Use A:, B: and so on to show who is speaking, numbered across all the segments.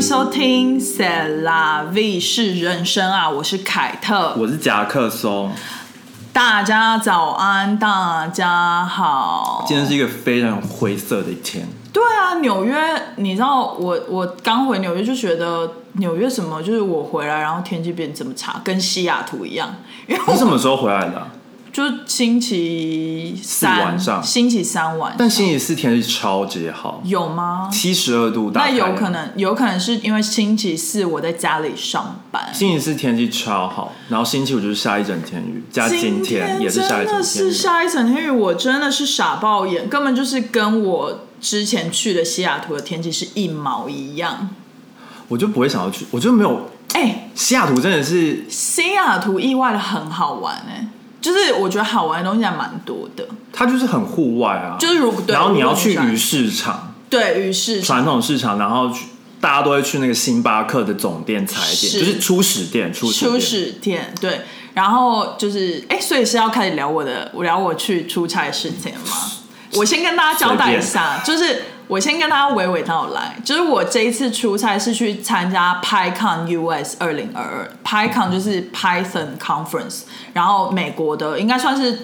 A: 收听《塞拉 V 是人生》啊，我是凯特。
B: 我是夹克松，
A: 大家早安，大家好。
B: 今天是一个非常灰色的一天。
A: 对啊，纽约，你知道我我刚回纽约就觉得纽约什么，就是我回来然后天气变这么差，跟西雅图一样，因为
B: 你
A: 我
B: 什么时候回来的啊、
A: 就是星期三
B: 晚上
A: 星期三晚
B: 但星期四天气超级好，
A: 有吗？
B: 七十二度大
A: 那
B: 太阳。
A: 有可能，有可能是因为星期四我在家里上班，
B: 星期四天气超好，然后星期五就是下一整天雨，加今天也是下一
A: 真
B: 整
A: 的
B: 天
A: 是
B: 雨。
A: 下一层天雨，我真的是傻爆眼，根本就是跟我之前去的西雅图的天气是一毛一样。
B: 我就不会想要去，我就没有。
A: 哎、
B: 西雅图真的是
A: 西雅图意外的很好玩哎、就是我觉得好玩的东西还蛮多的，
B: 它就是很户外啊，
A: 就是如果对
B: 然后你要去
A: 如果
B: 鱼
A: 你
B: 市场，
A: 对于是
B: 传统市场，然后去大家都会去那个星巴克的总店、踩
A: 是
B: 点，就是初始店、初始
A: 初
B: 店。
A: 始店对，然后就是哎、所以是要开始聊我的，我聊我去出差的事情吗？我先跟大家交代一下，就是我先跟大家娓娓道来，就是我这一次出差是去参加 PyCon US 二零二二，PyCon 就是 Python Conference，然后美国的应该算是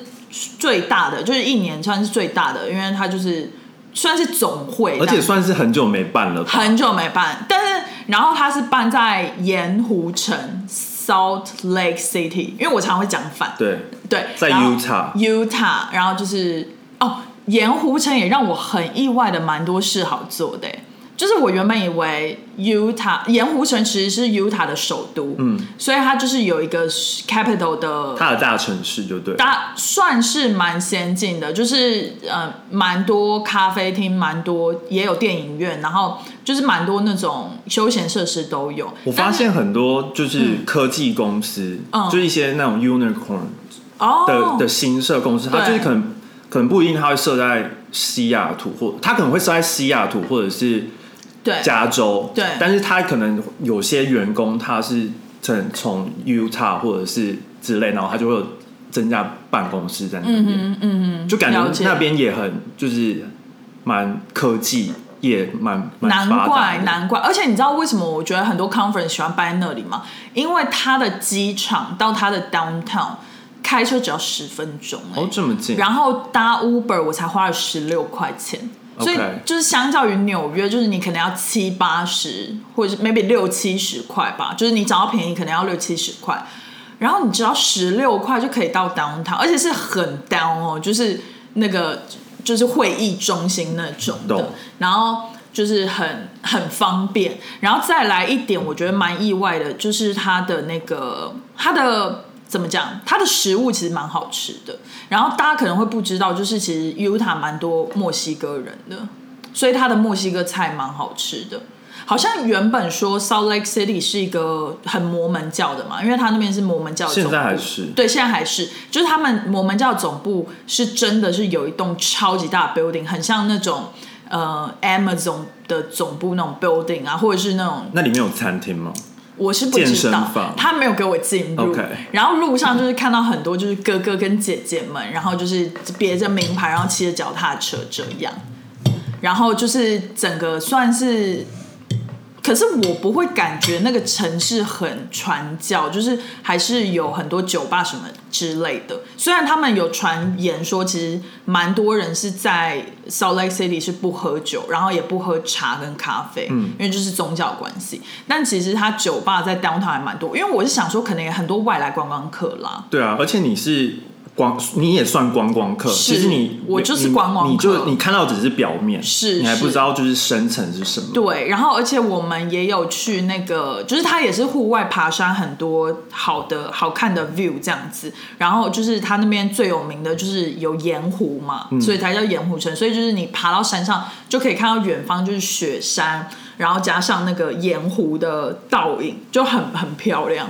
A: 最大的，就是一年算是最大的，因为它就是算是总会，
B: 而且算是很久没办了吧。
A: 很久没办，但是然后它是办在盐湖城 （Salt Lake City），因为我常会讲反。
B: 对，
A: 对，
B: 在
A: 然后
B: Utah
A: Utah，然后就是哦，盐湖城也让我很意外的蛮多事好做的欸。就是我原本以为 Utah 盐湖城其实是 Utah 的首都，嗯，所以它就是有一个 capital 的
B: 它的大城市就对了。
A: 大算是蛮先进的，就是呃，蛮多咖啡厅，蛮多也有电影院，然后就是蛮多那种休闲设施都有。
B: 我发现很多就是科技公司，
A: 嗯
B: 就是一些那种 unicorn
A: 哦
B: 的、的新设公司，它
A: 对
B: 就是可能可能不一定它会设在西雅图，或它可能会设在西雅图或者是
A: 对
B: 加州，
A: 对
B: 但是它可能有些员工他是从从 Utah 或者是之类，然后他就会有增加办公室在那边，嗯嗯，就感
A: 了解
B: 觉那边也很就是蛮科技也蛮蛮
A: 难
B: 发达
A: 怪
B: 的
A: 难怪，而且你知道为什么我觉得很多 conference 喜欢搬在那里吗？因为它的机场到它的 downtown 开车只要十分钟、欸，
B: 哦这么近，
A: 然后搭 Uber 我才花了十六块钱。
B: OK
A: 所以就是相较于纽约，就是你可能要七八十，或者是 maybe 六七十块吧，就是你找到便宜可能要六七十块，然后你只要十六块就可以到 downtown，而且是很 down 哦，就是那个就是会议中心那种的
B: 懂，
A: 然后就是很很方便，然后再来一点，我觉得蛮意外的，就是它的那个它的怎么讲，它的食物其实蛮好吃的，然后大家可能会不知道，就是其实 Utah 蛮多墨西哥人的，所以它的墨西哥菜蛮好吃的。好像原本说 Salt Lake City 是一个很摩门教的嘛，因为它那边是摩门教的总
B: 现
A: 部，
B: 在还是
A: 对，现在还是，就是他们摩门教总部是真的是有一栋超级大的 building，很像那种呃 Amazon 的总部那种 building 啊，或者是那种
B: 那里面有餐厅吗？
A: 我是不知
B: 健身
A: 道
B: 房，
A: 他没有给我进入。
B: OK
A: 然后路上就是看到很多就是哥哥跟姐姐们，然后就是别着名牌，然后骑着脚踏车这样，然后就是整个算是。可是我不会感觉那个城市很传教，就是还是有很多酒吧什么之类的。虽然他们有传言说，其实蛮多人是在 Salt Lake City 是不喝酒，然后也不喝茶跟咖啡，因为就是宗教关系。但其实他酒吧在 downtown 还蛮多，因为我是想说，可能也很多外来观光客啦。
B: 对啊，而且你是光，你也算观光客。
A: 是
B: 其实你
A: 我就是观光客
B: 你你就你看到只是表面，
A: 是
B: 你还不
A: 是
B: 知道就是深层是什么。
A: 对，然后而且我们也有去那个，就是它也是户外爬山，很多好的好看的 view 这样子。然后就是它那边最有名的就是有盐湖嘛，所以才叫盐湖城。所以就是你爬到山上就可以看到远方就是雪山，然后加上那个盐湖的倒影，就很很漂亮。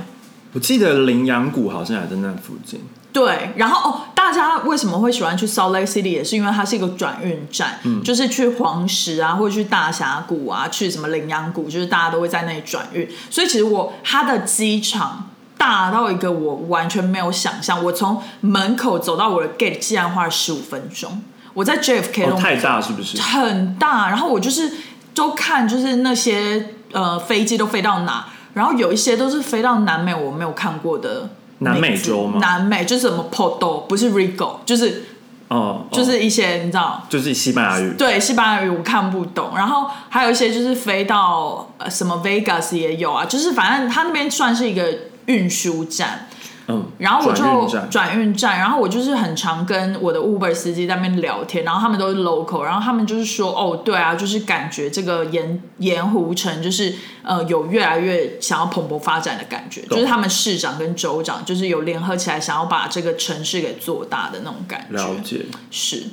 B: 我记得羚羊谷好像也在那附近，
A: 对，然后哦，大家为什么会喜欢去 Salt Lake City，也是因为它是一个转运站，就是去黄石啊，或者去大峡谷啊，去什么羚羊谷，就是大家都会在那里转运。所以其实我它的机场大到一个我完全没有想象，我从门口走到我的 gate 竟然花了十五分钟。我在 JFK
B: 哦，
A: 弄
B: 太大是不是？
A: 很大，然后我就是都看就是那些呃飞机都飞到哪，然后有一些都是飞到南美我没有看过的名字。
B: 南美洲吗
A: 南美就是什么 Porto，不是 Rigo，就是
B: 哦，哦
A: 就是一些、你知道，
B: 就是西班牙语，
A: 对，西班牙语我看不懂。然后还有一些就是飞到呃什么 Vegas 也有啊，就是反正它那边算是一个运输站。
B: 嗯，
A: 然后我就
B: 转运站
A: 转运站，然后我就是很常跟我的 Uber 司机在那边聊天，然后他们都是 local，然后他们就是说，哦，对啊，就是感觉这个盐盐湖城就是呃有越来越想要蓬勃发展的感觉，就是他们市长跟州长就是有联合起来想要把这个城市给做大的那种感觉。
B: 了解，
A: 是，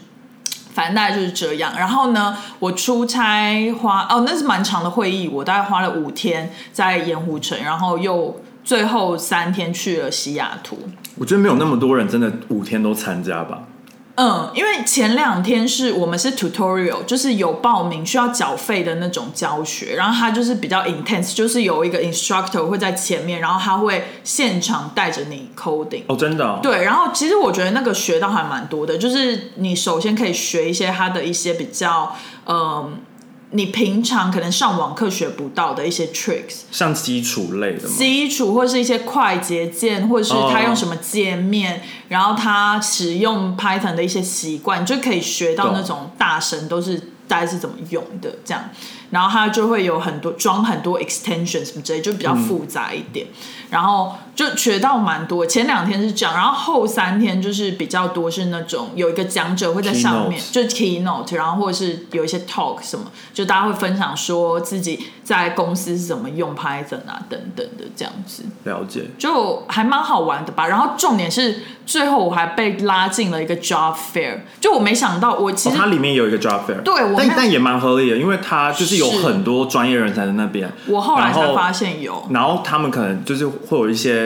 A: 反正大概就是这样。然后呢，我出差花哦，那是蛮长的会议，我大概花了五天在盐湖城，然后又最后三天去了西雅图。
B: 我觉得没有那么多人真的五天都参加吧，
A: 嗯，因为前两天是我们是 tutorial，就是有报名需要缴费的那种教学，然后它就是比较 intense，就是有一个 instructor 会在前面，然后他会现场带着你 coding。
B: 哦，真的、哦，
A: 对，然后其实我觉得那个学到还蛮多的，就是你首先可以学一些它的一些比较，嗯、你平常可能上网课学不到的一些 tricks，
B: 像基础类的嘛，
A: 基础或是一些快捷键，或者是它用什么界面，然后它使用 Python 的一些习惯，你就可以学到
B: 懂
A: 那种大神都是大概是怎么用的这样。然后它就会有很多装很多 extension 什么之类，就比较复杂一点。然后就学到蛮多，前两天是这样，然后后三天就是比较多是那种有一个讲者会在上面
B: Keynote
A: 就是 keynote，然后或者是有一些 talk 什么，就大家会分享说自己在公司是怎么用 Python 啊等等的这样子，
B: 了解，
A: 就还蛮好玩的吧。然后重点是最后我还被拉进了一个 job fair，就我没想到我其
B: 哦，
A: 实、
B: 它里面有一个 job fair，
A: 对我
B: 但
A: 那
B: 但也蛮合理的，因为它就是有
A: 是
B: 很多专业人才在那边，
A: 我后来
B: 然
A: 才
B: 后
A: 发现有，
B: 然后他们可能就是会有一些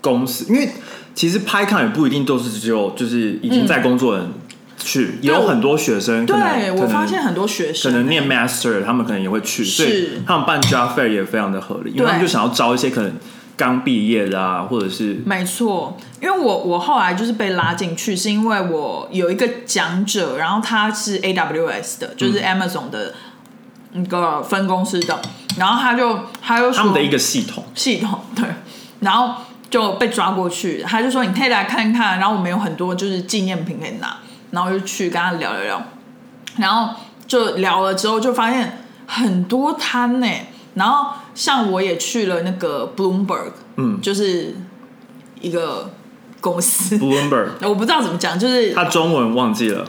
B: 公司，因为其实 PyCon 也不一定都是只有就是已经在工作的人去，也有很多学生可能
A: 对我发现
B: 可能
A: 很多学
B: 可
A: 生
B: 能
A: 欸
B: 念 Master，他们可能也会去，
A: 是
B: 所以他们办 Job Fair 也非常的合理，因为他们就想要招一些可能刚毕业的啊，或者是
A: 没错，因为我我后来就是被拉进去，是因为我有一个讲者，然后他是 AWS 的，就是 Amazon 的那个分公司的，然后他就他就说
B: 他们的一个系统。
A: 系统对，然后就被抓过去，他就说你可以来看看，啊然后我们有很多就是纪念品可以拿，然后就去跟他聊聊聊，然后就聊了之后就发现很多摊呢、然后像我也去了那个 Bloomberg，
B: 嗯
A: 就是一个公 司，
B: Bloomberg，
A: 我不知道怎么讲，就是
B: 他中文忘记了，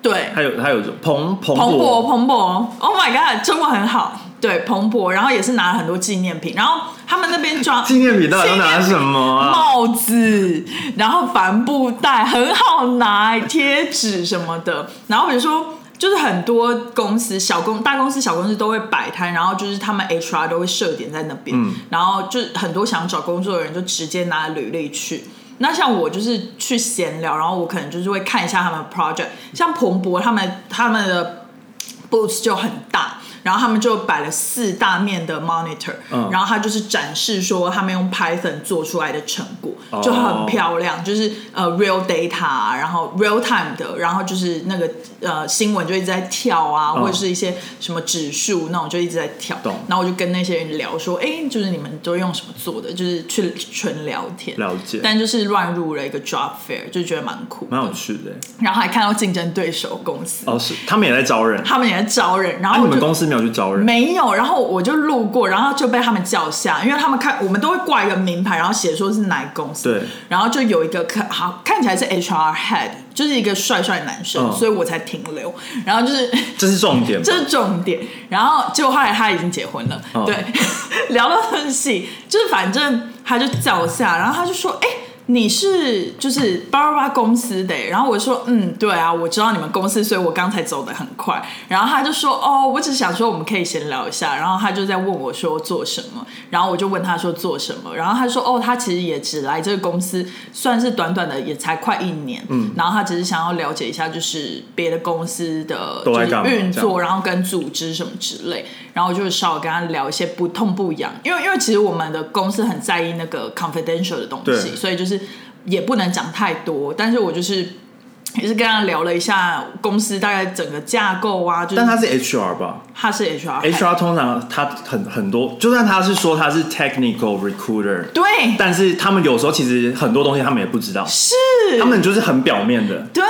A: 对，
B: 他有他有彭彭
A: 蓬
B: 博
A: 勃，蓬勃，Oh my god，中国很好，对，蓬勃，然后也是拿了很多纪念品，然后他们那边 装
B: 纪念品到底都拿什么啊？
A: 帽子，然后帆布袋很好拿，贴纸什么的。然后比如说，就是很多公司、小公、大公司、小公司都会摆摊，然后就是他们 HR 都会设点在那边，
B: 嗯
A: 然后就是很多想找工作的人就直接拿履历去。那像我就是去闲聊，然后我可能就是会看一下他们的 project，像彭博他们他们的 booth 就很大，然后他们就摆了四大面的 monitor，、
B: 嗯
A: 然后他就是展示说他们用 Python 做出来的成果，
B: 哦
A: 就很漂亮，就是呃 real data，啊然后 real time 的，然后就是那个呃新闻就一直在跳啊，
B: 嗯
A: 或者是一些什么指数那种就一直在跳
B: 懂，
A: 然后我就跟那些人聊说，哎，就是你们都用什么做的，就是去纯聊天，
B: 了解，
A: 但就是乱入了一个 job fair，就觉得蛮酷，
B: 蛮有趣的欸。
A: 然后还看到竞争对手公司，
B: 哦，是他们也在招人，
A: 他们也在招人，然后
B: 啊，你
A: 我就
B: 们公司没有去招人？
A: 没有，然后我就路过，然后就被他们叫下，因为他们看我们都会挂一个名牌，然后写说是哪一公司，
B: 对，
A: 然后就有一个看好看起来是 HR head，就是一个帅帅男生，
B: 嗯
A: 所以我才停留，然后就是。
B: 这是重点吧。
A: 这是重点，然后结果后来他已经结婚了，
B: 哦
A: 对， 聊到很细，就是反正他就叫我下，然后他就说：“哎、你是就是巴巴巴公司的欸、然后我说：“嗯，对啊，我知道你们公司，所以我刚才走的很快。”然后他就说：“哦，我只是想说我们可以闲聊一下。”然后他就在问我说做什么，然后我就问他说做什么，然后他说：“哦，他其实也只来这个公司，算是短短的，也才快一年，嗯，然后他只是想要了解一下，就是别的公司的
B: 都在
A: 就是
B: 干嘛
A: 运
B: 这
A: 作
B: 样
A: 然后跟组织什么之类，然后我就稍微跟他聊一些不痛不痒，因为因为其实我们的公司很在意那个 confidential 的东
B: 对
A: 西，所以就是也不能讲太多，但是我就是也是跟他聊了一下公司大概整个架构啊，就是
B: 但他是 HR 吧
A: 他是 HR，,
B: ？HR 通常他很很多，就算他是说他是 technical recruiter，
A: 对，
B: 但是他们有时候其实很多东西他们也不知道，
A: 是
B: 他们就是很表面的。
A: 对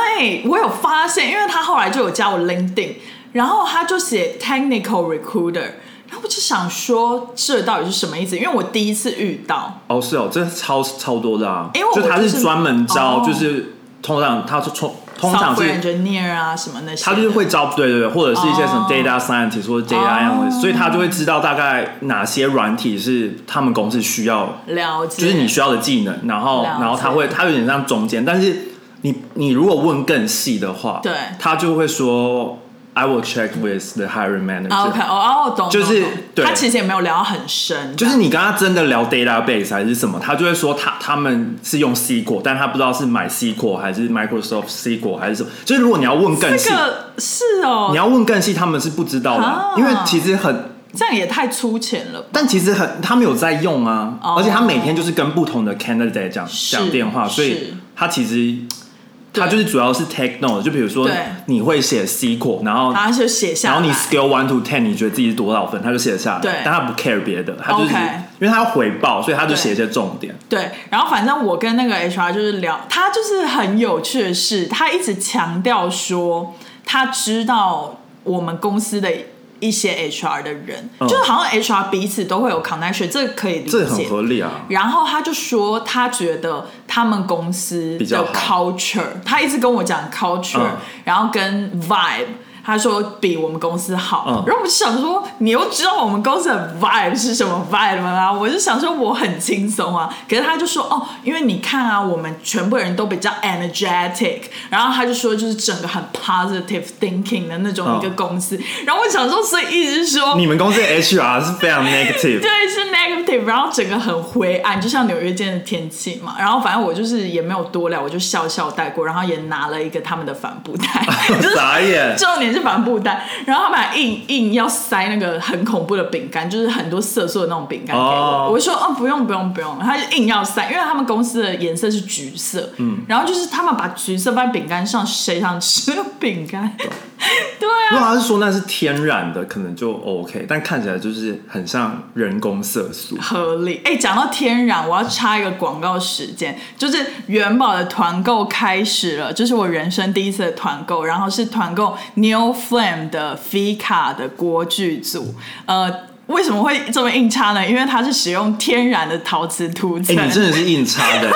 A: 我有发现，因为他后来就有加我 LinkedIn，然后他就写 technical recruiter，然后我就想说这到底是什么意思？因为我第一次遇到，
B: 哦，是哦，这超超多的啊，
A: 因为我
B: 就他
A: 就是
B: 专门招，
A: 哦
B: 就是通常他是通通常
A: software
B: 是
A: engineer 啊什么那些的，
B: 他就是会招，对对对，或者是一些什么 data scientist 或者 data
A: 哦
B: analyst，、所以他就会知道大概哪些软体是他们公司需要，
A: 了解，
B: 就是你需要的技能，然后
A: 了解
B: 然后他会，他有点像中间，但是你你如果问更细的话，
A: 对
B: 他就会说 I will check with the hiring manager，、
A: 啊 OK 哦哦懂，
B: 就是
A: 懂懂
B: 对
A: 他其实也没有聊到很深，
B: 就是你跟他真的聊 database 还是什么，他就会说他他们是用 SQL，但他不知道是买 SQL 还是 Microsoft SQL 还是什么。就是如果你要问更细，
A: 这个是哦，
B: 你要问更细，他们是不知道的啊、
A: 啊
B: 因为其实很，
A: 这样也太粗浅了吧。
B: 但其实很，他们有在用啊
A: 哦
B: 而且他每天就是跟不同的 candidate 讲
A: 是
B: 讲电话，
A: 是
B: 所以他其实。他就是主要是 take note，就比如说
A: 对
B: 你会写 SQL，然后
A: 然后就写下
B: 然
A: 来，
B: 后你 scale one to ten，你觉得自己是多少分，他就写下来。
A: 对
B: 但他不 care 别的，他就是
A: OK
B: 因为他要回报，所以他就写一些重点。
A: 对，然后反正我跟那个 HR 就是聊，他就是很有趣的是，他一直强调说他知道我们公司的一些 HR 的人，
B: 嗯
A: 就是好像 HR 彼此都会有 connection，这个可以理解。
B: 这很合理啊。
A: 然后他就说，他觉得他们公司
B: 比较
A: 的
B: 好
A: culture，他一直跟我讲 culture，、
B: 嗯
A: 然后跟 vibe。他说比我们公司好，
B: 嗯
A: 然后我就想说，你又知道我们公司的 vibe 是什么 vibe 吗？我就想说我很轻松啊，可是他就说哦，因为你看啊，我们全部人都比较 energetic，然后他就说就是整个很 positive thinking 的那种
B: 嗯
A: 一个公司，然后我想说，所以意思是说
B: 你们公司的 HR 是 非常 negative，
A: 对，是 negative，然后整个很灰暗，就像纽约今天的天气嘛。然后反正我就是也没有多聊，我就笑笑带过，然后也拿了一个他们的帆布袋， 就是
B: 啊傻眼。
A: 重点是帆布袋，然后他们还硬硬要塞那个很恐怖的饼干，就是很多色素的那种饼干给我。
B: 哦
A: 我就说哦，不用不用不用，他就硬要塞，因为他们公司的颜色是橘色，嗯，然后就是他们把橘色放在饼干上，谁想吃饼干？ 对啊，
B: 如果他是说那是天然的，可能就 OK，但看起来就是很像人工色素。
A: 合理。哎、讲到天然，我要插一个广告时间，就是元宝的团购开始了，这、是我人生第一次的团购，然后是团购 New Flame 的 Fika 的锅具组，呃。为什么会这么硬插呢？因为它是使用天然的陶瓷涂层，
B: 哎、你真的是硬插 的、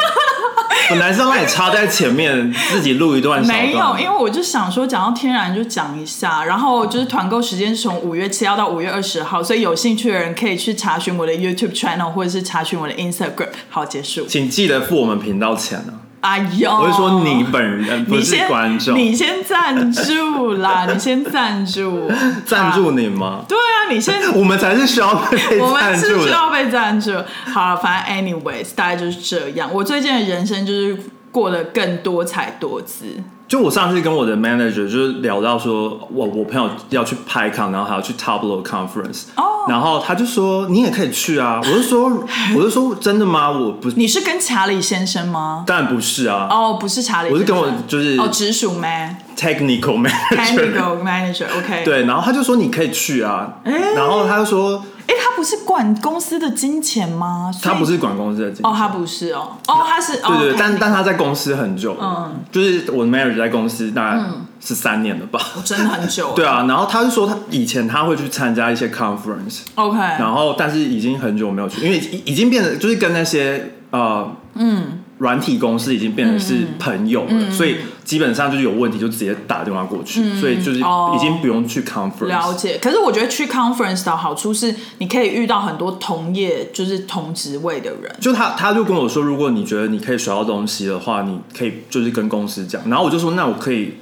B: 本来是让你插在前面，自己录一段小段。
A: 没有，因为我就想说，讲到天然就讲一下，然后就是团购时间是从五月七号到五月二十号，所以有兴趣的人可以去查询我的 YouTube channel 或者是查询我的 Instagram。好，结束。
B: 请记得付我们频道钱啊！
A: 哎呦，
B: 我是说你本人，不
A: 哦你
B: 是
A: 先
B: 观众，
A: 你先赞助 啦，你先赞助我，
B: 赞
A: 啊
B: 助你吗？
A: 对啊，你先。
B: 我们才是需要被
A: 我们
B: 赞
A: 是
B: 助
A: 需
B: 的。
A: 要被赞助。好了，反正 anyways，大概就是这样。我最近的人生就是过得更多彩多姿。
B: 就我上次跟我的 manager 就是聊到说，我我朋友要去 PyCon，然后还要去 Tableau conference，、
A: 哦
B: 然后他就说你也可以去啊，我就说我就说真的吗？我不，
A: 你是跟查理先生吗？
B: 当然不是啊、
A: 哦，不是查理先生，
B: 我是跟我就是
A: 哦直属 man
B: technical manager，
A: technical manager OK。，
B: 对，然后他就说你可以去啊，
A: 哎
B: 然后他就说
A: 哎，他不是管公司的金钱吗？所
B: 他
A: 以
B: 不是管公司的经理
A: 哦，他不是哦，哦，他是哦
B: 对对，
A: ，OK
B: 但但他在公司很久，
A: 嗯，
B: 就是我的 manager 在公司大概是三年了吧，
A: 真的很久了，
B: 对啊，然后他就说他以前他会去参加一些 conference，
A: OK。
B: 然后但是已经很久没有去，因为已已经变得就是跟那些呃嗯软体公司已经变成是
A: 嗯
B: 朋友了，所以基本上就是有问题就直接打电话过去，所以就是
A: 哦
B: 已经不用去 conference。
A: 了解，可是我觉得去 conference 的好处是，你可以遇到很多同业，就是同职位的人。
B: 就他，他就跟我说，如果你觉得你可以学到东西的话，你可以就是跟公司讲。然后我就说，那我可以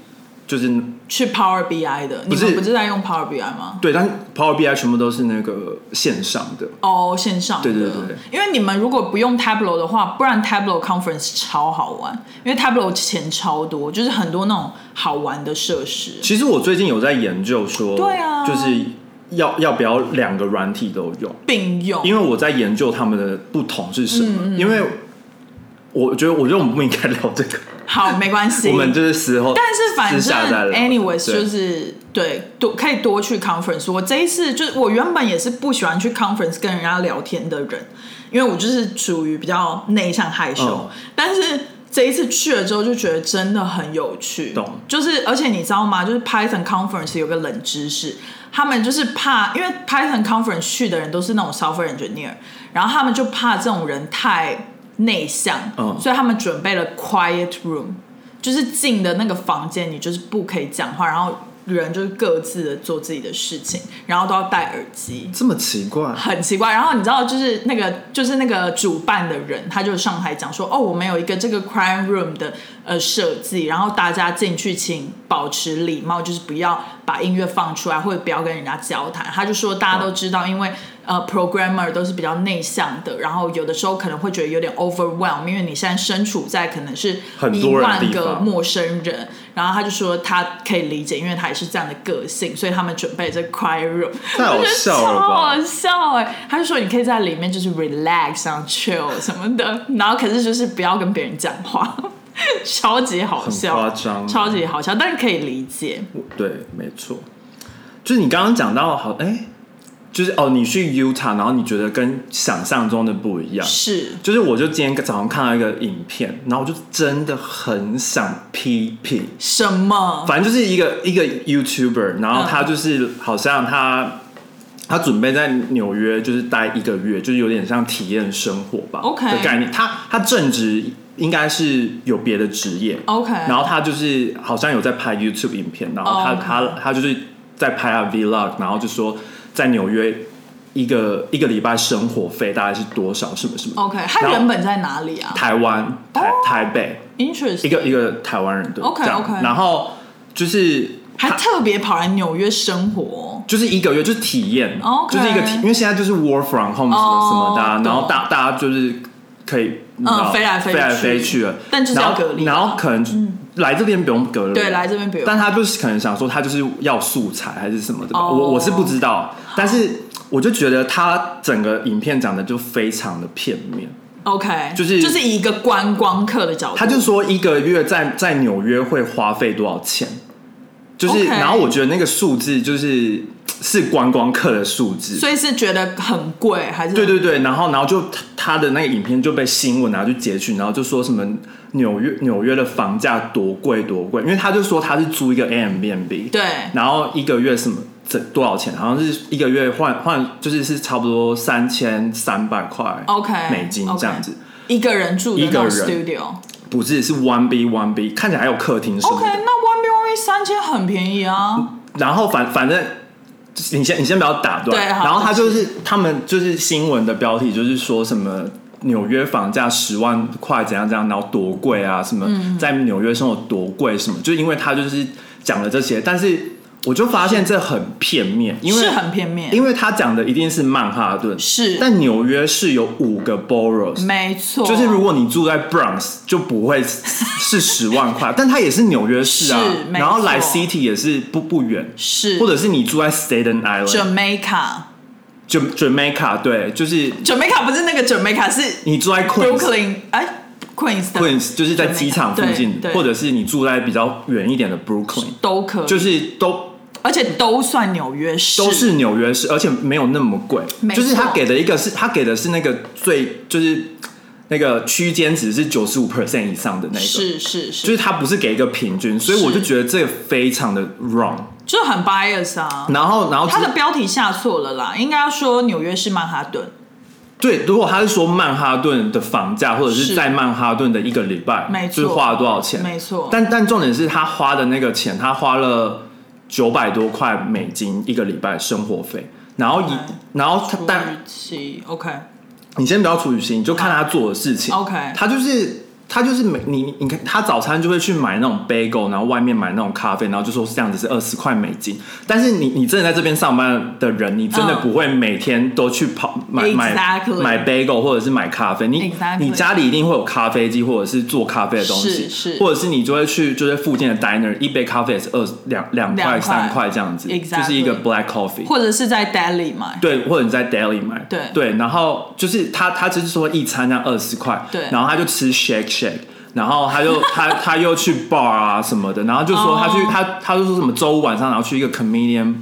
B: 就是
A: 去 Power BI 的，你
B: 是
A: 们不是在用 Power BI 吗？
B: 对，但是 Power BI 全部都是那个线上的，
A: 哦、线上的
B: 对对对对
A: 因为你们如果不用 Tableau 的话，不然 Tableau conference 超好玩，因为 Tableau 钱超多，就是很多那种好玩的设施。
B: 其实我最近有在研究说，
A: 对啊
B: 就是要要不要两个软体都用。
A: 并用，
B: 因为我在研
A: 嗯
B: 究他们的不同是什么，因为我觉得，我觉得我们不应该聊这个，
A: 好，没关系。
B: 我们就是时候，
A: 但是反
B: 私下再
A: 正
B: 聊
A: anyways
B: 对
A: 就是对多可以多去 conference。我这一次就是我原本也是不喜欢去 conference 跟人家聊天的人，因为我就是属于比较内向害羞。
B: 嗯
A: 但是这一次去了之后，就觉得真的很有趣。
B: 懂
A: 就是而且你知道吗？就是 Python conference 有个冷知识，他们就是怕，因为 Python conference 去的人都是那种 software engineer，然后他们就怕这种人太内向，
B: 嗯
A: 所以他们准备了 quiet room。就是进的那个房间，你就是不可以讲话，然后人就是各自的做自己的事情，然后都要戴耳机，
B: 这么奇怪，
A: 很奇怪。然后你知道，就是那个就是那个主办的人，他就上台讲说，哦，我们有一个这个 crime room 的呃设计，然后大家进去请保持礼貌，就是不要把音乐放出来，或者不要跟人家交谈。他就说，大家都知道，因为呃，programmer 都是比较内向的，然后有的时候可能会觉得有点 overwhelm，因为你现在身处在可能是
B: 很
A: 一
B: 多人的
A: 万
B: 地
A: 个
B: 方
A: 陌生人，然后他就说他可以理解，因为他也是这样的个性，所以他们准备这 quiet room，
B: 太好
A: 我觉得
B: 笑了
A: 超
B: 吧
A: 好笑哎、他就说你可以在里面就是 relax 然后 chill 什么的，然后可是就是不要跟别人讲话， 超级好笑，
B: 很夸张
A: 超级好笑，但是可以理解。
B: 对，没错，就是你刚刚讲到好，哎、就是哦，你去 Utah，然后你觉得跟想象中的不一样，
A: 是，
B: 就是我就今天早上看到一个影片，然后我就真的很想批评，
A: 什么？
B: 反正就是一个一个 YouTuber，然后他就是好像他。他准备在纽约就是待一个月，就是有点像体验生活吧
A: OK
B: 的概念。他他正职应该是有别的职业
A: OK
B: 然后他就是好像有在拍 YouTube 影片，然后他、
A: OK
B: 他他就是在拍他 Vlog，然后就说在纽约一个一个礼拜生活费大概是多少，什么什么。
A: OK，他
B: 然后
A: 原本在哪里啊
B: 台湾台、台北一
A: ？Interest，
B: 个一个台湾人对
A: OK，
B: 这样
A: OK
B: 然后就是
A: 还特别跑来纽约生活
B: 就是一个月，就是体验
A: 哦 OK
B: 就是一个体，因为现在就是 work from home 什么
A: 哦
B: 什么的啊、
A: 懂嗯
B: 然后大大家就是可以，你知道
A: 飞来飞
B: 飞
A: 去
B: 飞去了，
A: 但就是要
B: 然后
A: 隔离啊
B: 然后可能就来这边不用隔离，
A: 对来这边不用
B: 但他就是可能想说他就是要素材还是什么的吧
A: 哦
B: 我我是不知道，但是我就觉得他整个影片讲的就非常的片面，
A: ，OK，
B: 就是
A: 就是以一个观光客的角度，
B: 他就说一个月在在纽约会花费多少钱，就是
A: OK
B: 然后我觉得那个数字就是是观光客的数字，
A: 所以是觉得很贵还是
B: 对对对，然后然后就他他的那个影片就被新闻拿去截取，然后就说什么纽约纽约的房价多贵多贵，因为他就说他是租一个 Airbnb，
A: 对
B: 然后一个月什么这多少钱，好像是一个月换换就是是差不多三千三百块
A: OK，
B: 美金
A: OK
B: 这样子
A: 一个人住的
B: 一
A: 那
B: 个
A: 种
B: 人
A: studio。
B: 不是是 one b one b，看起来还有客厅什么
A: OK，
B: 的
A: 那 One B One B 三千很便宜啊。
B: 然后反反正你先你先不要打断，
A: 对好
B: 然后他就是他们就是新闻的标题就是说什么。纽约房价十万块怎样怎样，然后多贵啊？什么
A: 嗯
B: 在纽约生活多贵？什么？就因为他就是讲了这些，但是我就发现这很片面，因为
A: 是很片面
B: 因为他讲的一定是曼哈顿，
A: 是嗯
B: 但纽约是有五个 boroughs，
A: 没错，
B: 就是如果你住在 Bronx 就不会是十万 块，但它也是纽约市啊
A: 是，没
B: 然后来
A: 错
B: City 也是不不远，
A: 是
B: 或者是你住在 Staten Island、
A: Jamaica。
B: Jam- Jamaica，对，就是
A: 准美卡不是那个准美卡，是
B: 你住在 Queens。
A: Brooklyn 哎 Queens 的
B: Queens 就是在机场附近
A: Jamaica，对，对
B: 或者是你住在比较远一点的 Brooklyn，
A: 都可以，
B: 就是都
A: 而且都算纽约市，
B: 都是纽约市，而且没有那么贵。
A: 没错
B: 就是他给的一个是，他给的是那个最就是那个区间值是九十五 percent 以上的那个，
A: 是是，
B: 就是是他不是给一个平均，所以我就觉得这个非常的 wrong。
A: 就很 bias 啊。
B: 然后，然后
A: 它的标题下错了啦，应该要说纽约是曼哈顿，
B: 对，如果他是说曼哈顿的房价，或者
A: 是
B: 是在曼哈顿的一个礼拜，
A: 没错
B: 就是花了多少钱？
A: 没错
B: 但但重点是他花的那个钱，他花了九百多块美金一个礼拜生活费，然后以
A: OK
B: 然后他但
A: 土耳其 OK
B: 你先不要处于心，你就看他做的事情。
A: OK
B: 他就是他就是每你你看他早餐就会去买那种 bagel，然后外面买那种咖啡，然后就说这样子是二十块美金。但是你你真的在这边上班的人，你真的
A: 嗯
B: 不会每天都去跑买、
A: Exactly
B: 买买 bagel 或者是买咖啡。你
A: Exactly
B: 你家里一定会有咖啡机或者是做咖啡的东
A: 是
B: 西，
A: 是
B: 或者是你就会去就是附近的 diner，一杯咖啡也是二两两
A: 两块
B: 块三块这样子
A: Exactly
B: 就是一个 black coffee。
A: 或者是在 Delhi 买，
B: 对，或者你在 Daily 买，
A: 对
B: 对，然后就是他他只是说一餐这样二十块，
A: 对
B: 然后他就吃 Shake Shake，然后他 就他他又去 bar 啊什么的，然后就说他去、
A: 哦
B: 他他就说什么周五晚上然后去一个 comedian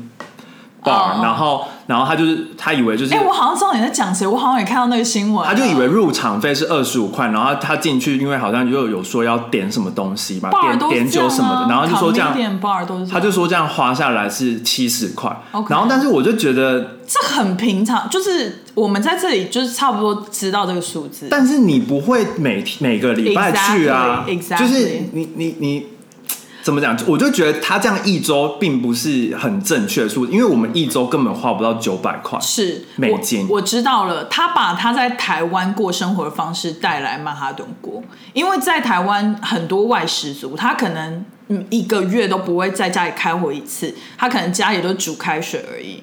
B: bar，、
A: 哦
B: 然后然后他就是他以为就是。
A: 哎、我好像知道你在讲谁，我好像也看到那个新闻了，啊
B: 他就以为入场费是二十五块，然后他进去，因为好像就有说要点什么东西嘛，
A: bar
B: 点
A: 都是
B: 点
A: 这
B: 酒
A: 样
B: 什么
A: 啊
B: 的，然后就说这样，
A: Comedian bar 都是这样
B: 他就说这样花下来是七十块
A: OK
B: 然后但是我就觉得
A: 这很平常，就是我们在这里就是差不多知道这个数字，
B: 但是你不会每每个礼拜去啊
A: Exactly, exactly.
B: 就是你你你怎么讲？我就觉得他这样一周并不是很正确的数，因为我们一周根本花不到九百块。
A: 是
B: 美金
A: 我。我知道了，他把他在台湾过生活的方式带来曼哈顿过，因为在台湾很多外食族，他可能嗯一个月都不会在家里开火一次，他可能家里都煮开水而已，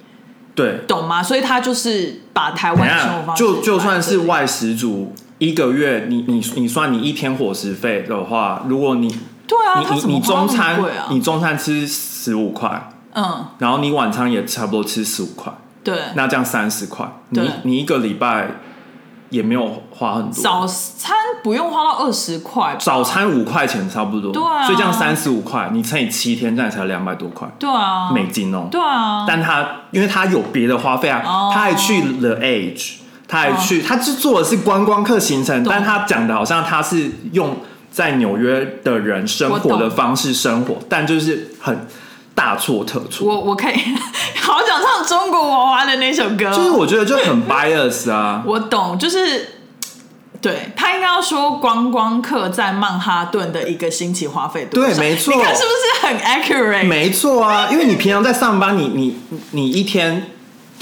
B: 对，
A: 懂吗？所以他就是把台
B: 等一
A: 湾的生活
B: 下
A: 方式
B: 就
A: 带
B: 就
A: 来
B: 算
A: 这
B: 是
A: 里
B: 外食族，一个月你你你算你一天伙食费的话，如果你
A: 对啊，他
B: 你
A: 怎
B: 你
A: 么
B: 你
A: 花
B: 中
A: 那么
B: 餐
A: 贵啊？
B: 你中餐吃十五块，
A: 嗯，
B: 然后你晚餐也差不多吃十五块，
A: 对。
B: 那这样三十块，
A: 对
B: 你你一个礼拜也没有花很多。
A: 早餐不用花到二十块吧，
B: 早餐五块钱差不多，
A: 对啊
B: 所以这样三十五块，你乘以七天，这样才两百多块、
A: 对啊，
B: 美金哦。
A: 对啊，
B: 但他因为他有别的花费啊，
A: 哦
B: 他还去 The Age，他还去，他是做的是观光客行程，
A: 懂
B: 但他讲的好像他是用在纽约的人生活
A: 我
B: 的
A: 懂
B: 方式生活，但就是很大错特错，
A: 我我可以 好想唱中国娃娃的那首歌哦，
B: 就是我觉得就很 bias 啊。
A: 我懂，就是对他应该要说观光客在曼哈顿的一个星期花费多少？
B: 对没错
A: 你看是不是很 accurate？
B: 没错啊，因为你平常在上班，你你你你一天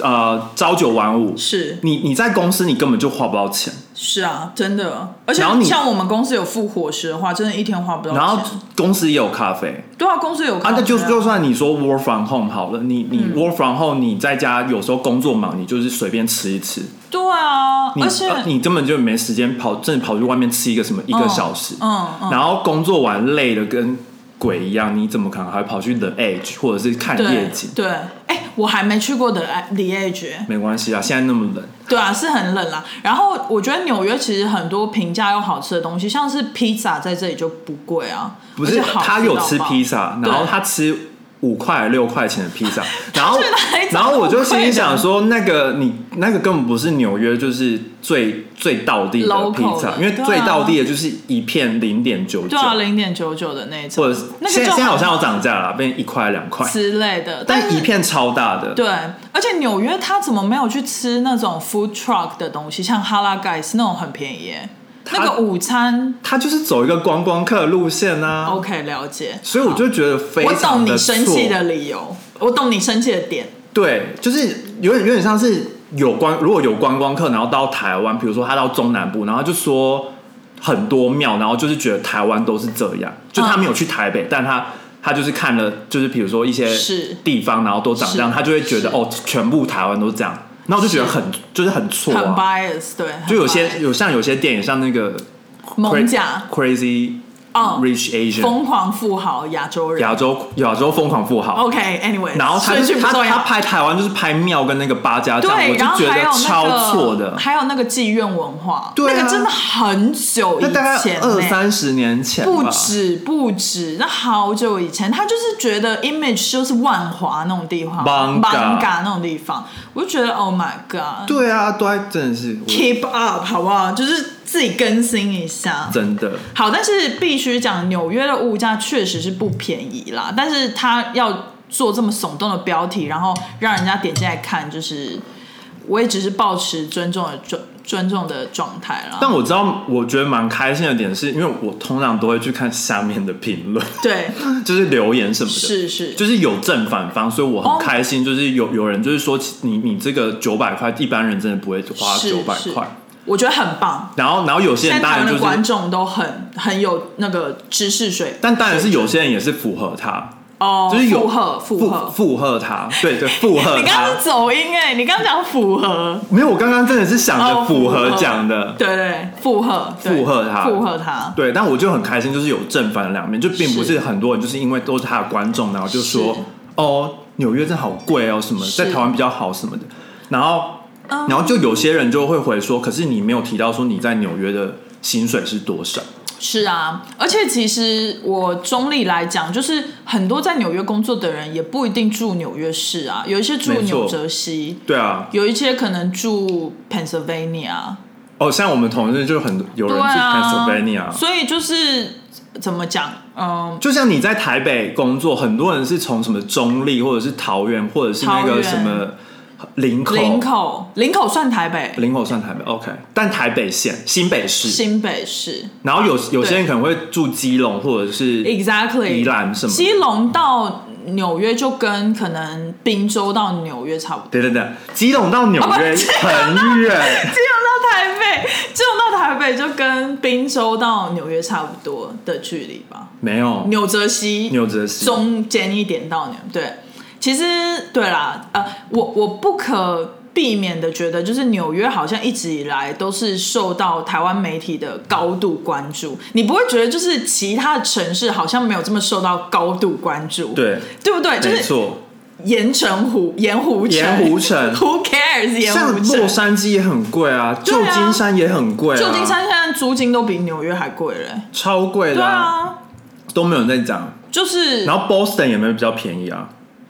B: 呃朝九晚五，
A: 是
B: 你你在公司你根本就花不到钱，
A: 是啊，真的，而且
B: 然后你
A: 像我们公司有付伙食的话，真的一天花不到哦钱。
B: 然后公司也有咖啡。
A: 对啊，嗯公司有
B: 啊，那就就
A: 就
B: 算你说 work from home 好了，你你 work from home，你在家有时候工作忙，你就是随便吃一吃，
A: 对啊，
B: 你
A: 而且
B: 呃你根本就没时间跑，真的跑去外面吃一个什么一个小时，
A: 嗯嗯
B: 然后工作完累的跟鬼一样，你怎么可能还跑去 the edge 或者是看夜
A: 对
B: 景？
A: 对，哎，我还没去过的 The Edge，哎
B: 没关系啊，现在那么冷，
A: 对啊，是很冷啦。然后我觉得纽约其实很多平价又好吃的东西，像是披萨在这里就不贵啊，
B: 不
A: 而且
B: 是
A: 好
B: 他有吃披
A: 萨，
B: 萨，
A: 对
B: 然后他吃五块六块钱的披 萨，然后
A: 哪里找
B: 然后我就
A: 那么贵
B: 心
A: 的
B: 里想说，那个你那个根本不是纽约，就是最最道地的
A: Local
B: 披萨，
A: 的
B: 因为
A: 对啊
B: 最道地的就是一片零点九九
A: 对，啊，零点九九的那种，
B: 或者是
A: 那个
B: 现在
A: 就
B: 现在好
A: 很
B: 像有涨价了，变一块两块，
A: 之类的，
B: 但
A: 是
B: 一片超大的，
A: 对，而且纽约它怎么没有去吃那种 food truck 的东西，像哈拉盖斯那种很便宜耶，
B: 它
A: 那个午餐
B: 它就是走一个观光客路线啊，
A: OK 了解，
B: 所以我就觉得非
A: 哦我
B: 常
A: 懂
B: 的
A: 你生
B: 错
A: 气的理由，我懂你生气的点，
B: 对，就是有点有点像是有观，如果有观光客，然后到台湾，比如说他到中南部，然后就说很多庙，然后就是觉得台湾都是这样，就他没有去台北，但他他就是看了，就是比如说一些
A: 是
B: 地方，然后都长这样，
A: 是
B: 他就会觉得
A: 是
B: 哦，全部台湾都这样，那我就觉得很就是很错
A: 很
B: 啊，
A: bias 对，很
B: 就有
A: bias
B: 些有像有些电影，像那个
A: 蒙甲
B: Crazy
A: 哦
B: Rich Asian
A: 疯狂富豪亚洲人
B: 亚洲亚洲疯狂富豪
A: OK，Anyway，、
B: 然后他
A: 顺
B: 就
A: 序
B: 是
A: 不
B: 他
A: 重
B: 他
A: 要。
B: 拍台湾就是拍庙跟那个八家将，我
A: 对，
B: 就
A: 然后
B: 觉
A: 还
B: 得
A: 有
B: 超错
A: 那个，
B: 的。
A: 还有那个妓院文化，
B: 对啊
A: 那个真的很久以
B: 那
A: 前、
B: 大概
A: 欸，
B: 二三十年前吧
A: 不止不止，那好久以前，他就是觉得 image 就是万华那种地方
B: Bangka
A: 嘎那种地方，我就觉得 Oh my God，keep
B: 对啊，都还真的是我
A: up 好不好？就是自己更新一下。
B: 真的
A: 好，但是必须讲，纽约的物价确实是不便宜啦，但是他要做这么耸动的标题，然后让人家点进来看，就是我也只是保持尊重的尊尊重的状态 啦。
B: 但我知道，我觉得蛮开心的点是，因为我通常都会去看下面的评论，
A: 对，
B: 就是留言什么的，
A: 是是，
B: 就是有正反方，所以我
A: 哦
B: 很开心。就是有有人就是说，你你这个九百块，一般人真的不会花
A: 是
B: 九百
A: 是
B: 块。
A: 我觉得很棒。
B: 然后然后有些
A: 现在
B: 人当
A: 台
B: 然
A: 湾
B: 就
A: 的
B: 是，
A: 观众都很很有那个知识水
B: 但当然是有些人也是符合他，
A: 哦，
B: 就是有
A: 附和附和。
B: 附和他，对对，附 和
A: 你刚
B: 他
A: 刚。是走音哎、你刚刚讲符合，
B: 没有，我刚刚真的是想着
A: 哦
B: 符合
A: 符合
B: 讲的，
A: 对对，附和对
B: 附和他
A: 附和他，
B: 对，但我就很开心，就是有正反两面，就并不是
A: 是
B: 很多人就是因为都是他的观众，然后就说
A: 是
B: 哦，纽约真好贵哦，什么
A: 是
B: 在台湾比较好什么的，然后
A: 嗯
B: 然后就有些人就会回说，可是你没有提到说你在纽约的薪水是多少，
A: 是啊，而且其实我中立来讲，就是很多在纽约工作的人也不一定住纽约市啊，有一些住
B: 没错
A: 纽泽西，
B: 对啊，
A: 有一些可能住 Pennsylvania，
B: 哦，像我们同事就很有人
A: 对
B: 住
A: 啊
B: Pennsylvania，、
A: 所以就是怎么讲，嗯，
B: 就像你在台北工作，很多人是从什么中立或者是桃园，或者是那
A: 桃
B: 个
A: 园
B: 什么林口，
A: 林口，林口算台北，
B: 林口算台北，OK，但台北县新北市，
A: 新北市
B: 然后有有些人可能会住基隆或者是
A: ，exactly，
B: 宜兰什么
A: 基隆到纽约就跟可能滨州到纽约差不多。
B: 对对对，基隆到纽
A: 哦不
B: 约
A: 基
B: 很远，
A: 基隆到台北，基隆到台北就跟滨州到纽约差不多的距离吧。
B: 没有
A: 纽泽西，
B: 哦纽泽西，
A: 中间一点到纽对。其实对啦，呃，我我不可避免的觉得，就是纽约好像一直以来都是受到台湾媒体的高度关注。你不会觉得就是其他的城市好像没有这么受到高度关注，
B: 对，
A: 对不对？就
B: 没
A: 是
B: 错。
A: 盐城湖、盐湖城、
B: 盐湖城
A: Who cares？盐
B: 像
A: 湖
B: 洛
A: 城。
B: 杉矶也很贵啊，旧金山也很贵、啊，
A: 旧金山现在租金都比纽约还贵嘞、
B: 超贵
A: 对
B: 的、
A: 啊，
B: 都没有人在讲。
A: 就是
B: 然后 Boston 也没有比较便宜啊，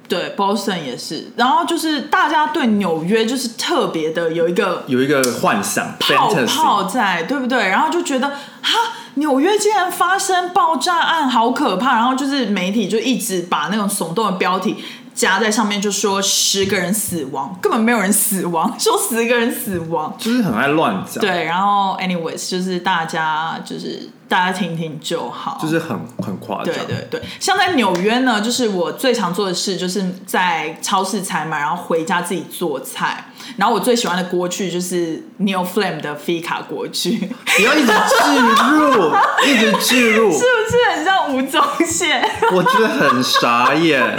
A: 对 Boston 也是，然后就是大家对纽约就是特别的有一个
B: 有一个幻想
A: 泡
B: fantasy，
A: 泡在，对不对？然后就觉得哈，纽约竟然发生爆炸案，好可怕！然后就是媒体就一直把那种耸动的标题加在上面，就说十个人死亡，根本没有人死亡， 说十个人死亡。
B: 就是很爱乱讲，
A: 对，然后 anyways 就是大家就是大家听听就好，
B: 就是很很夸张
A: 对。对对，像在纽约呢，就是我最常做的事，就是在超市采买，然后回家自己做菜。然后我最喜欢的锅具就是 Neo Flame 的 Fika 锅具， 是
B: 不要一直置 入，一直置入，
A: 不是很像吴宗宪？
B: 我觉得很傻眼。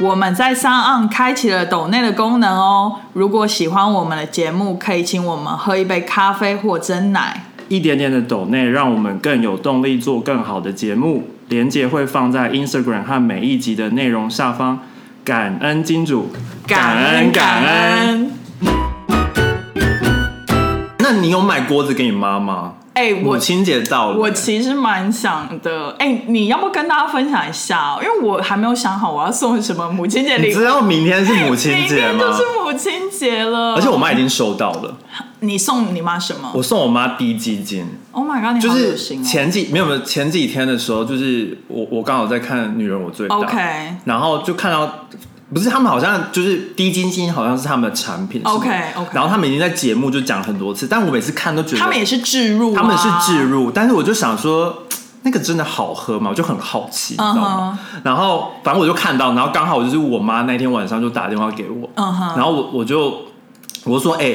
A: 我们在上岸开启了抖内的功能哦。如果喜欢我们的节目，可以请我们喝一杯咖啡或蒸奶。
B: 一点点的抖内，让我们更有动力做更好的节目。连接会放在 Instagram 和每一集的内容下方。感恩金主，
A: 感恩。
B: 那你有买锅子给你妈吗？
A: 哎、我
B: 母亲节到了，
A: 我其实蛮想的，哎、你要不跟大家分享一下？哦因为我还没有想好我要送什么母亲节
B: 你
A: 礼
B: 知道明天是母亲
A: 明
B: 节
A: 天
B: 吗
A: 就？是母亲节了，
B: 而且我妈已经收到了，
A: 你送你妈什么
B: 我送我妈低基金。
A: ？Oh my god！你
B: 就
A: 好
B: 是
A: 有心哦。
B: 前几没有没有前几天的时候，就是我我刚好在看《女人我最大》
A: OK
B: 然后就看到不是他们好像就是低基金好像是他们的产品是吗
A: OK，OK
B: 然后他们已经在节目就讲很多次，但我每次看都觉得
A: 他们也是置入、啊，
B: 他们是置入，但是我就想说。那个真的好喝吗？我就很好奇，你知道
A: 嗯
B: 吗然后反正我就看到，然后刚好就是我妈那天晚上就打电话给我
A: 嗯哼
B: 然后我我就我就说，哎、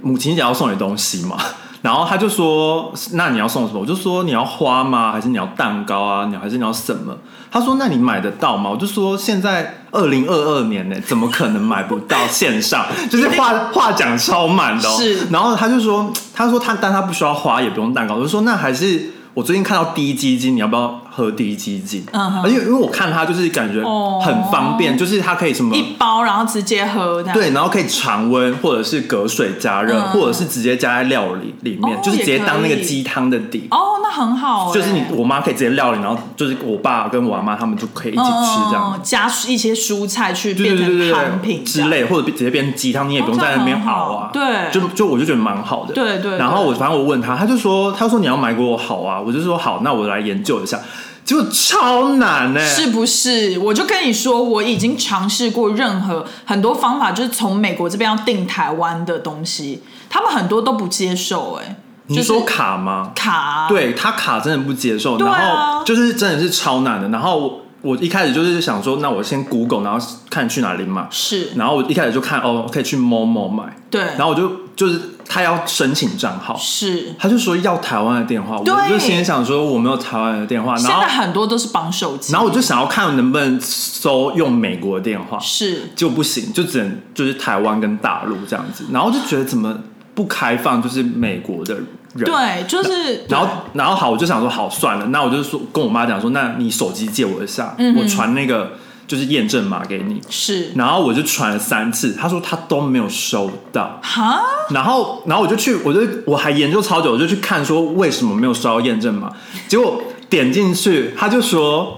B: 母亲节要送你东西嘛？ 然后她就说，那你要送什么？我就说你要花吗？还是你要蛋糕啊？你还是你要什么？她说，那你买得到吗？我就说现在二零二二年呢、怎么可能买不到 线上？就是话话讲超满的、哦，
A: 是
B: 然后他就说，他说他但他不需要花，也不用蛋糕。我就说那还是我最近看到低基金，你要不要喝低基金？
A: 嗯哼
B: 而且因为我看他就是感觉
A: 哦
B: 很方便，就是它可以什么
A: 一包，然后直接喝这样。
B: 啊对，然后可以常温或者是隔水加热，
A: 嗯
B: 或者是直接加在料理里面，
A: 哦
B: 就是直接当那
A: 也
B: 个
A: 可以
B: 鸡汤的底。
A: 哦，那很好、欸，
B: 就是你，我妈可以直接料理，然后就是我爸跟我阿妈他们就可以一起吃这样
A: 嗯嗯嗯加一些蔬菜去
B: 对
A: 变
B: 对
A: 成
B: 对
A: 产
B: 对
A: 品
B: 对
A: 这
B: 之
A: 样。
B: 类，或者直接变鸡汤，你也不用在那边熬啊
A: 哦。这样很好对
B: 就就我就觉得蛮好的。
A: 对对对
B: 然后我反正我问他，他就说他说你要买给我好啊，我就说好，那我来研究一下。结果超难欸呢、
A: 是不是？我就跟你说，我已经尝试过任何很多方法，就是从美国这边要订台湾的东西，他们很多都不接受、欸，哎，
B: 你
A: 就是
B: 说卡吗？
A: 卡啊、
B: 对他卡真的不接受，
A: 对啊
B: 然后就是真的是超难的。然后我我一开始就是想说，那我先 Google，然后看去哪里买。
A: 是，
B: 然后我一开始就看哦，可以去 Momo 买，
A: 对，
B: 然后我就就是他要申请账号，
A: 是。
B: 他就说要台湾的电话，我
A: 对
B: 就心里想说我没有台湾的电话，然
A: 现
B: 后
A: 在很多都是绑手机，
B: 然后我就想要看能不能搜用美国的电话，
A: 是
B: 就不行，就只能就是台湾跟大陆这样子，然后就觉得怎么不开放就是美国的人，
A: 对，就是
B: 然后然
A: 嗯
B: 后好，我就想说好算了，那我就说跟我妈讲说，那你手机借我一下，我传那个就是验证码给你。
A: 是
B: 然后我就传了三次，他说他都没有收到。
A: 哈，
B: 然后，然后我就去，我就我还研究超久，我就去看说为什么没有收到验证码。结果点进去，他就说，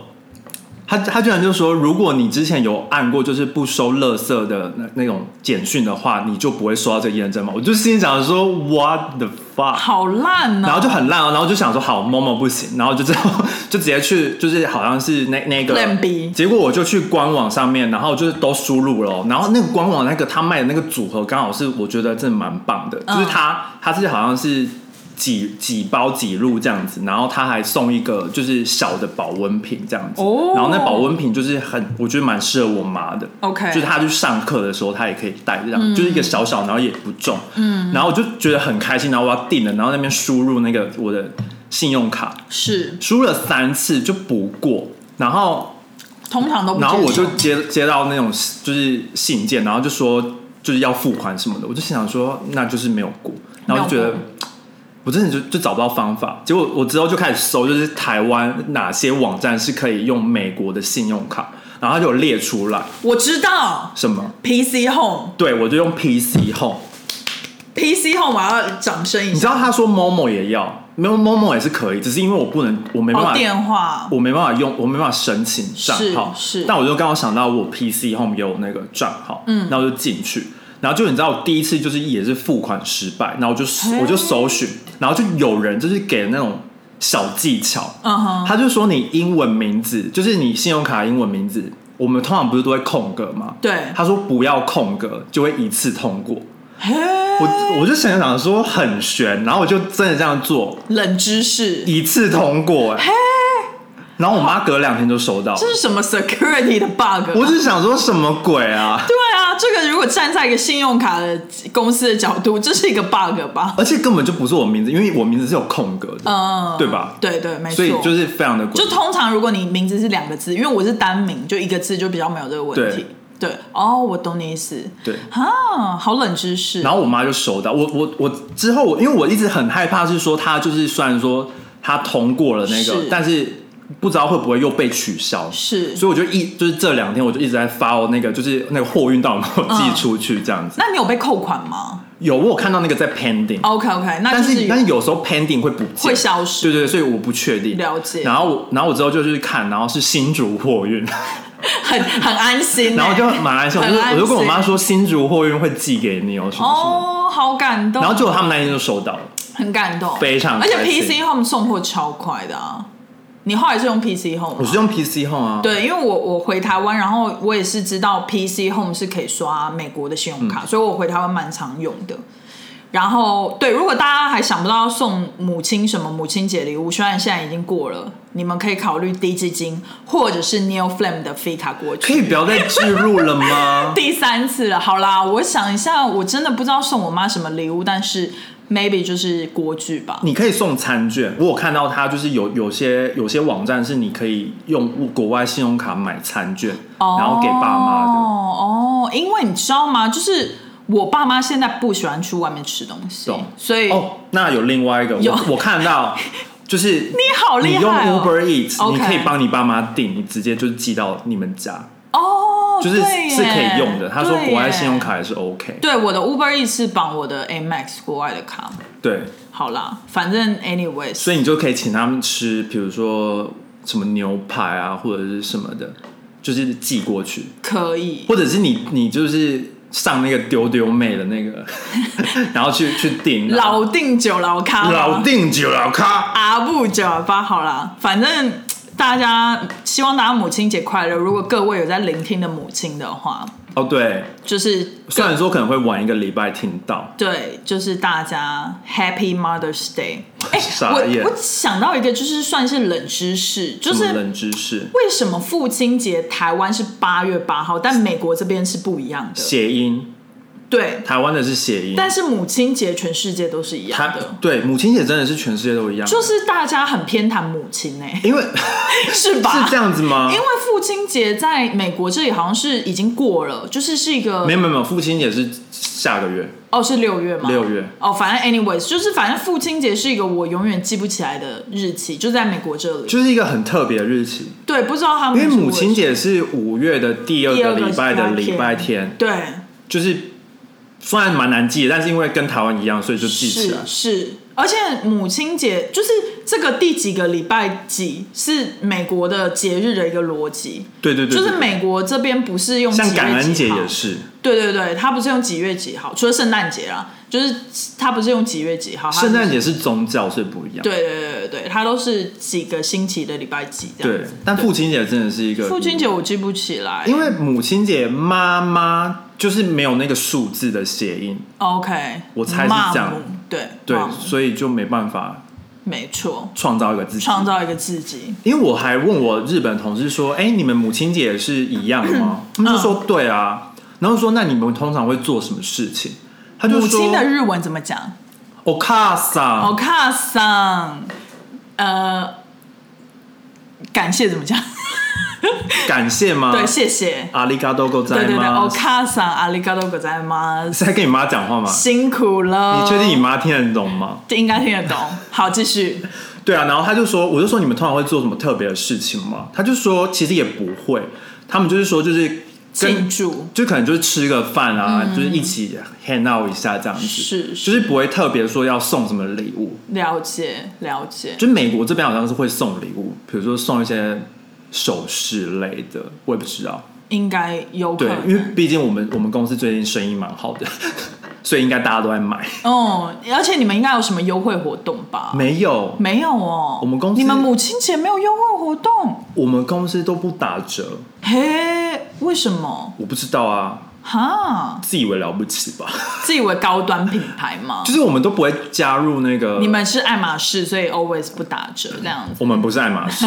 B: 他他居然就说，如果你之前有按过就是不收垃圾的那那种简讯的话，你就不会收到这个验证码。我就心里想说，What the fuck？
A: 好烂啊
B: 然
A: 呢、
B: 后就很烂哦，然后就想说好某某不行，然后 就这样就直接去，就是好像是那那个
A: Plan B
B: 结果我就去官网上面，然后就是都输入了哦、然后那个官网那个他卖的那个组合刚好是我觉得真的蛮棒的，
A: 嗯
B: 就是他他是好像是几几包几入这样子，然后他还送一个就是小的保温瓶这样子，
A: 哦
B: 然后那保温瓶就是很我觉得蛮适合我妈的，
A: OK，
B: 就是他去上课的时候，他也可以带这样，
A: 嗯
B: 就是一个小小，然后也不重，嗯，然后我就觉得很开心，然后我要订了，然后那边输入那个我的信用卡，
A: 是
B: 输了三次就不过，然后
A: 通常都不接
B: 然
A: 受。
B: 后我就接接到那种就是信件，然后就说就是要付款什么的，我就心想说那就是没有过，然后就觉
A: 没
B: 得
A: 有过
B: 我真的就就找不到方法，结果我之后就开始搜，就是台湾哪些网站是可以用美国的信用卡，然后他就有列出来
A: 我知道
B: 什么。
A: PC Home，PC
B: 对，我就用 PC Home。
A: Home，我要掌声一
B: 你知
A: 下。
B: 道他说 Momo 也要，没有 Momo 也是可以，只是因为我不能，我没办
A: 哦，
B: 法，
A: 电话
B: 我没办法用，我没办法申请账号。
A: 是是
B: 但我就刚好想到我 PC Home 有那个账号，嗯，然后就进去，然后就你知道我第一次就是也是付款失败，然后我就我就搜寻，然后就有人就是给那种小技巧，
A: 嗯哼
B: 他就说你英文名字就是你信用卡英文名字，我们通常不是都会空格吗？
A: 对，
B: 他说不要空格，就会一次通过。
A: 嘿
B: 我我就想想说很悬，然后我就真的这样做，
A: 冷知识，
B: 一次通过、哎，然后我妈隔两天就收到，
A: 这是什么 security 的 bug？啊
B: 我只想说什么鬼啊！
A: 对啊，这个如果站在一个信用卡的公司的角度，这是一个 bug 吧？
B: 而且根本就不是我名字，因为我名字是有空格的，
A: 嗯，
B: 对吧？
A: 对对，没错。
B: 所以就是非常的诡
A: 就
B: 异。
A: 通常如果你名字是两个字，因为我是单名，就一个字就比较没有这个问题。对，哦，我懂你意思。
B: 对
A: 啊，好冷知识。
B: 然后我妈就收到，我我我之后我因为我一直很害怕，是说她就是虽然说她通过了那个，
A: 是
B: 但是不知道会不会又被取消，
A: 是，
B: 所以我就一就是这两天我就一直在发哦，那个就是那个货运到底有没有
A: 嗯
B: 寄出去这样子。
A: 那你有被扣款吗
B: 有我有看到那个在 pending，、
A: ？OK OK，那
B: 但
A: 哦就是是
B: 但是有时候 pending 会不见
A: 会消失
B: 对对，对所以我不确定。
A: 了解
B: 然后我然后我之后就去看，然后是新竹 货运，
A: 很很安心欸、
B: 然后就蛮安心，我就
A: 很安
B: 我就跟我妈
A: 心
B: 说新竹货运会寄给你哦什么什么的，
A: 哦，好感动。
B: 然后结果他们那天就收到了。
A: 很感动，
B: 非常
A: 而且
B: 开心
A: PC Home 送货超快的啊！你后来是用 PC Home 吗？
B: 我是用 PC Home 啊，
A: 对，因为我我回台湾，然后我也是知道 PC Home 是可以刷美国的信用
B: 嗯
A: 卡，所以我回台湾蛮常用的。然后对，如果大家还想不到要送母亲什么母亲节礼物，虽然现在已经过了，你们可以考虑低基金或者是 Neo Flame 的 f i c a 过
B: 可
A: 去。
B: 以不要再置入了 吗？
A: 第三次了，好啦，我想一下，我真的不知道送我妈什么礼物，但是 maybe 就是锅具吧。
B: 你可以送餐券，我有看到它就是有有些有些网站是你可以用国外信用卡买餐券，然后给爸妈的。
A: 哦哦，因为你知道吗？就是我爸妈现在不喜欢去外面吃东西
B: 懂，
A: 所以、
B: 哦，那有另外一个，
A: 有
B: 我我看 到就是你
A: 好厉害哦
B: 你用 Uber Eats，、
A: OK
B: 你可以帮你爸妈订，你直接就寄到你们家，
A: 哦，
B: 就是
A: 对耶
B: 是可以用的。他说
A: 对耶
B: 国外信用卡也是 OK，
A: 对我的 Uber Eats 是绑我的 Amex 国外的卡。
B: 对，
A: 好啦，反正 anyways，
B: 所以你就可以请他们吃，比如说什么牛排啊，或者是什么的，就是寄过去，
A: 可以。
B: 或者是你你就是上那个丢丢妹的那个， 然后去去订啊
A: 老啊定九老咖嘛，
B: 老订酒老咖，
A: 阿布九二八好啦，反正大家希望大家母亲节快乐。如果各位有在聆听的母亲的话，
B: 哦对，
A: 就是
B: 虽然说可能会晚一个礼拜听到，
A: 对，就是大家 Happy Mother's Day。哎、
B: 傻眼
A: 我我想到一个，就是算是冷知识，就
B: 什么
A: 是
B: 冷知识。
A: 为什么父亲节台湾是八月八号，但美国这边是不一样的。
B: 谐音
A: 对，
B: 台湾的是谐音。
A: 但是母亲节全世界都是一
B: 它
A: 样的，
B: 对母亲节真的是全世界都一样，
A: 就是大家很偏袒母亲哎、
B: 因为
A: 是吧？
B: 是这样子吗
A: 因？为父亲节在美国这里好像是已经过了，就是是一个
B: 没有没有没有，父亲节是下个月
A: 哦，是六月吗？
B: 六月。
A: 哦，反正 anyways，就是反正父亲节是一个我永远记不起来的日期，就在美国这里。
B: 就是一个很特别的日期，
A: 对，不知道他
B: 因
A: 们
B: 为
A: 是
B: 母
A: 为
B: 亲节是五月的第二
A: 第
B: 个
A: 二个
B: 礼拜的
A: 礼拜
B: 礼
A: 天
B: 拜天，
A: 对
B: 就是虽然蛮难记的，但是因为跟台湾一样，所以就记起
A: 是
B: 来。
A: 是，而且母亲节就是这个第几个礼拜几是美国的节日的一个逻辑，
B: 对对对，
A: 就是
B: 对
A: 美国这边不是用
B: 像
A: 几月
B: 感恩
A: 几
B: 节
A: 号
B: 也是，
A: 对对对，他不是用几月几号，除了圣诞节啦，就是他不是用几月几号，它
B: 圣诞节是宗教，所以不一样。
A: 对对对对对，他都是几个星期的礼拜几这样
B: 对
A: 子。，
B: 但父亲节真的是一个
A: 父亲节我记不起来，
B: 因为母亲节妈妈就是没有那个数字的谐音，
A: OK，
B: 我猜是这样
A: 骂母，对
B: 对，
A: 骂母
B: 所以就没办法
A: 没错，
B: 创造一个自己。
A: 创造一个自己，
B: 因为我还问我日本同事说：“哎、你们母亲节也是一样的吗？”
A: 嗯
B: 他们就说：“对啊。”然后说：“那你们通常会做什么事情？”他就
A: 母
B: 说
A: 亲的日哦文怎么讲？：“
B: 我卡萨
A: 我看上，呃，感谢怎么讲？
B: 啊感谢吗？
A: 对，谢谢，
B: 阿里嘎多够
A: 对
B: 在
A: 对哦对，我
B: 吗？
A: 看上，阿里嘎多ございます，
B: 是在跟你妈讲话吗？
A: 辛苦了。
B: 你确定你妈听得懂吗？
A: 应该听得懂？好，继续。
B: 对啊，然后他就说，我就说你们通常会做什么特别的事情吗？他就说其实也不会，他们就是说就是
A: 庆
B: 跟
A: 祝
B: 就可能就是吃个饭啊，
A: 嗯
B: 就是一起 hang out 一下这样子，
A: 是
B: 就是是不会特别说要送什么礼物。
A: 了解了解，
B: 就美国这边好像是会送礼物，比如说送一些首饰类的，我也不知道。
A: 应该有可
B: 对，因为
A: 能。
B: 毕竟我们我们公司最近生意蛮好的， 所以应该大家都在买。
A: 哦，而且你们应该有什么优惠活动吧？
B: 没有，
A: 没有哦，
B: 我们公司
A: 你们母亲节没有优惠活动？
B: 我们公司都不打折，
A: 嘿，为什么？
B: 我不知道啊，
A: 哈，
B: 自以为了不起吧？
A: 自以为高端品牌吗
B: 就？是我们都不会加入那个。
A: 你们是爱马仕，所以 always 不打折这样子。
B: 我们不是爱马仕，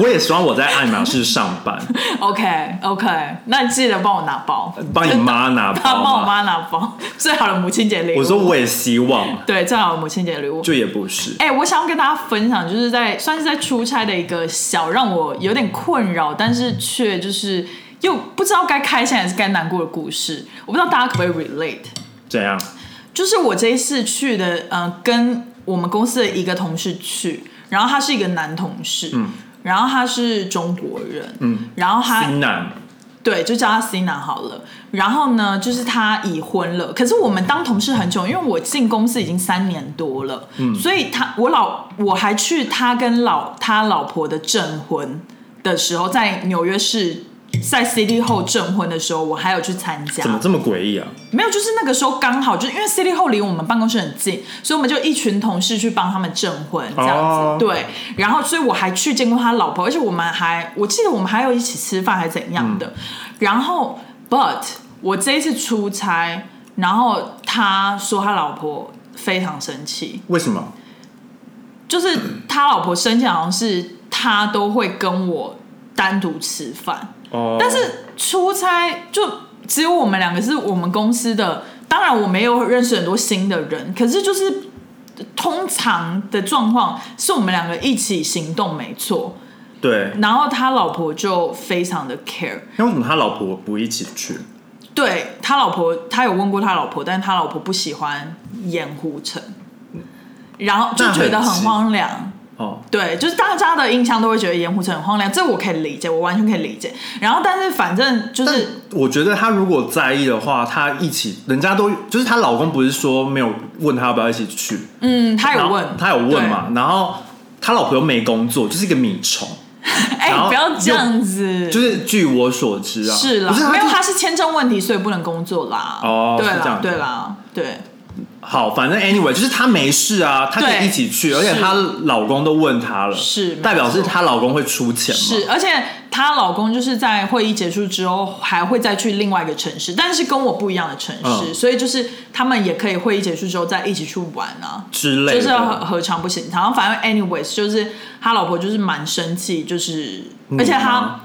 B: 我也希望我在爱马仕上班，
A: OK OK，那你记得帮我拿包，
B: 帮你妈 拿
A: 帮帮
B: 包
A: 我
B: 嘛。
A: 妈拿包， 最好的母亲节礼物。
B: 我说我也希望，
A: 对，最好的母亲节礼物。
B: 就也不是。
A: 哎、我想要跟大家分享，就是在算是在出差的一个小让我有点困扰，但是却就是又不知道该开心还是该难过的故事。我不知道大家可不可以 relate，
B: 怎样？
A: 啊就是我这一次去的，呃，跟我们公司的一个同事去，然后他是一个男同事，然后他是中国人，
B: 嗯，
A: 然后他
B: 新男
A: 对，就叫他 Sina 好了。然后呢，就是他已婚了，可是我们当同事很久，因为我进公司已经三年多了，
B: 嗯
A: 所以他我老我还去他跟老他老婆的证婚的时候，在纽约市。在 City 后证婚的时候，我还有去参加
B: 怎，么这么诡异啊？
A: 没有，就是那个时候刚好，就是因为 City 后离我们办公室很近，所以我们就一群同事去帮他们证婚这样子，
B: 哦
A: 对。然后，所以我还去见过他老婆，而且我们还，我记得我们还有一起吃饭还是怎样的。然后，but 我这一次出差，然后他说他老婆非常生气，
B: 为什么？
A: 就是他老婆生气好像是他都会跟我单独吃饭，
B: 哦，
A: 但是出差就只有我们两个是我们公司的，当然我没有认识很多新的人，可是就是通常的状况是我们两个一起行动没错，
B: 对，
A: 然后他老婆就非常的 care，
B: 那为什么他老婆不一起去？
A: 对他老婆，他有问过他老婆，但是他老婆不喜欢盐湖城，然后就觉得很荒凉。
B: 哦，
A: 对，就是大家的印象都会觉得盐湖城很荒凉，这我可以理解，我完全可以理解。然后，但是反正就是
B: 我觉得他如果在意的话，他一起，人家都就是她老公不是说没有问她要不要一起去，
A: 嗯，他有
B: 然后
A: 问，
B: 他有问嘛，然后他老婆又没工作，就是一个米虫，
A: 对？ 哎、
B: 然后
A: 不要这样子，
B: 就是据我所知啊，
A: 是啦，
B: 不是
A: 没有，
B: 就
A: 他是签证问题，所以不能工作啦。
B: 哦
A: 对
B: 是这
A: 啦
B: 样，
A: 对啦，对，
B: 好，反正 anyway 就是她没事啊，她可以
A: 对
B: 一起去，而且
A: 是
B: 她老公都问她了，
A: 是
B: 代表是
A: 没错
B: 她老公会出钱嘛，
A: 是，而且她老公就是在会议结束之后，还会再去另外一个城市，但是跟我不一样的城市，
B: 嗯
A: 所以就是他们也可以会议结束之后再一起去玩啊。
B: 之类
A: 就
B: 的，
A: 是何何尝不行？然后反正 anyways，就是他老婆就是蛮生气，就是
B: 你吗
A: 而且他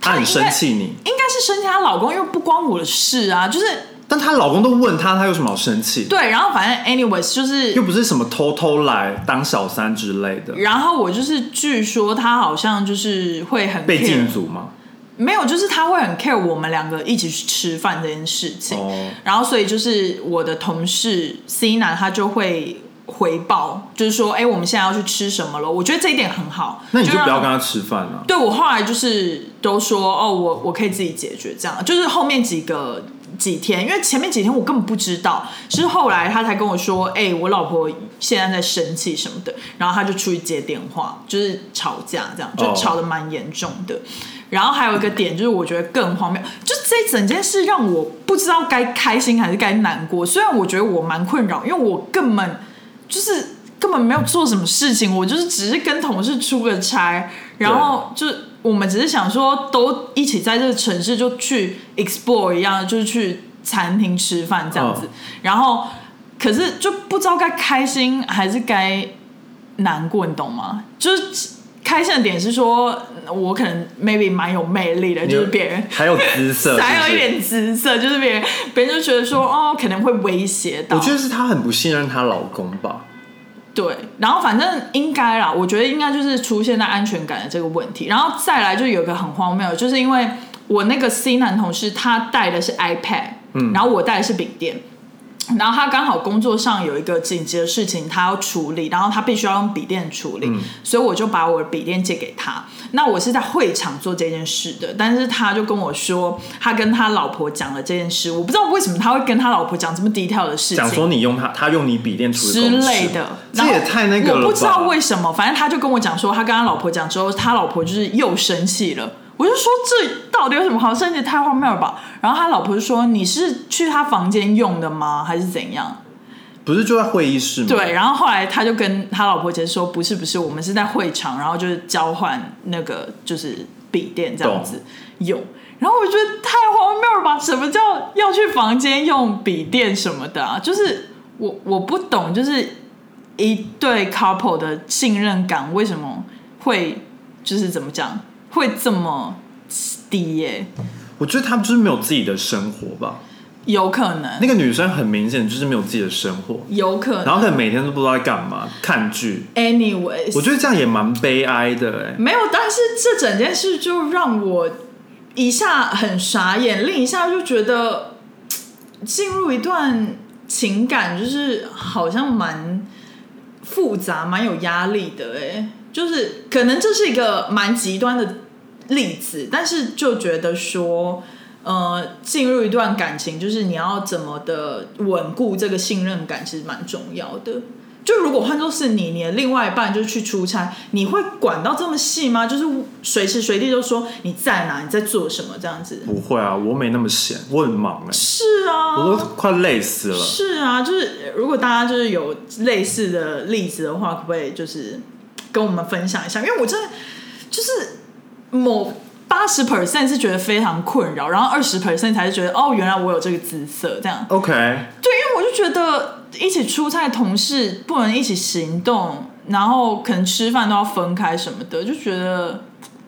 B: 她很
A: 应该
B: 生气你，
A: 应该是生气她老公，因为不关我的事啊，就是
B: 但她老公都问她，她有什么好生气？
A: 对，然后反正 anyways 就是
B: 又不是什么偷偷来当小三之类的，
A: 然后我就是，据说他好像就是会很 care,
B: 被禁足吗？
A: 没有，就是他会很 care 我们两个一起去吃饭这件事情。
B: 哦
A: 然后所以就是我的同事 C 男他就会回报，就是说，哎，我们现在要去吃什么了？我觉得这一点很好。
B: 那你就
A: 让
B: 不要跟他吃饭啊了、
A: 对我后来就是都说哦，我我可以自己解决，这样就是后面几个几天，因为前面几天我根本不知道，是后来他才跟我说，哎、我老婆现在在生气什么的，然后他就出去接电话，就是吵架这样，就
B: 哦
A: 吵得蛮严重的。然后还有一个点就是，我觉得更荒谬，就这整件事让我不知道该开心还是该难过。虽然我觉得我蛮困扰，因为我根本就是根本没有做什么事情，我就是只是跟同事出个差，然后就我们只是想说都一起在这个城市就去 explore 一样，就是去餐厅吃饭这样子。
B: 嗯
A: 然后可是就不知道该开心还是该难过，你懂吗？就是开心的点是说，我可能 maybe 蛮有魅力的，
B: 你
A: 就
B: 有
A: 是别人。
B: 还有姿色，
A: 还
B: 是
A: 有
B: 不
A: 一
B: 是
A: 点姿色，就是别人别人就觉得说，哦，可能会威胁到。
B: 我觉得是她很不信任她老公吧。
A: 对，然后反正应该啦，我觉得应该就是出现在安全感的这个问题，然后再来就有一个很荒谬的，就是因为我那个 C 男同事他带的是 iPad，嗯，然后我带的是笔电。然后他刚好工作上有一个紧急的事情，他要处理，然后他必须要用笔电处理，所以我就把我的笔电借给他。那我是在会场做这件事的，但是他就跟我说，他跟他老婆讲了这件事，我不知道为什么他会跟他老婆讲这么低调的事情
B: 讲。说你用他，他用你笔电处理
A: 之
B: 公式
A: 类的，
B: 这
A: 然
B: 也
A: 后
B: 太那个了吧。
A: 我不知道为什么，反正他就跟我讲说，他跟他老婆讲之后，他老婆就是又生气了。我就说这到底有什么好生气？太荒谬了吧！然后他老婆就说：“你是去他房间用的吗？还是怎样
B: 不是就在会议室？”吗？
A: 对，然后后来他就跟他老婆解释说：“不是，不是，我们是在会场，然后就是交换那个就是笔电这样子用。”然后我觉得太荒谬了吧？什么叫要去房间用笔电什么的啊？就是我我不懂，就是一对 couple 的信任感为什么会就是怎么讲会这么低耶、
B: 我觉得他就是没有自己的生活吧。
A: 有可能
B: 那，个女生很明显就是没有自己的生活，
A: 有可
B: 然
A: 能。
B: 后可能每天都不知道在干嘛，看剧。
A: Anyways，
B: 我觉得这样也蛮悲哀的哎、
A: 没有，但是这整件事就让我一下很傻眼，另一下就觉得嘖进入一段情感就是好像蛮复杂、蛮有压力的哎、就是可能这是一个蛮极端的例子，但是就觉得说。呃，进入一段感情，就是你要怎么的稳固这个信任感，其实蛮重要的。就如果换作是你，你的另外一半就是去出差，你会管到这么细吗？就是随时随地就说你在哪，你在做什么这样子？
B: 不会啊，我没那么闲，我很忙哎、
A: 是
B: 我
A: 啊，
B: 都快累死了。
A: 是啊，就是如果大家就是有类似的例子的话，可不可以就是跟我们分享一下？因为我真的就是某八十 percent 是觉得非常困扰，然后二十 percent 才是觉得哦，原来我有这个姿色这样。
B: OK，
A: 对，因为我就觉得一起出差的同事不能一起行动，然后可能吃饭都要分开什么的，就觉得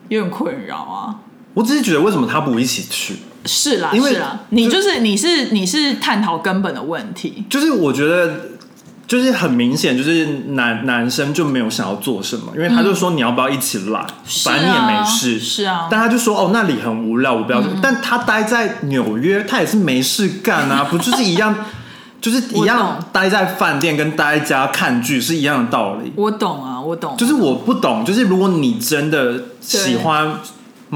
A: 有点困扰啊。
B: 我只是觉得为什么他不一起去？
A: 是啦，
B: 因为
A: 是啦，你
B: 就
A: 就是你是你是探讨根本的问题，
B: 就是我觉得。就是很明显，就是男男生就没有想要做什么，因为他就说你要不要一起来，反正你也没事，
A: 嗯是啊，嗯
B: 但他就说哦，那里很无聊，我不要去。但他待在纽约，他也是没事干 啊，不就是一样，就是一
A: 我
B: 样
A: 懂
B: 待在饭店跟待在家看剧是一样的道理。
A: 我懂啊，我懂，
B: 就是我不懂，就是如果你真的喜欢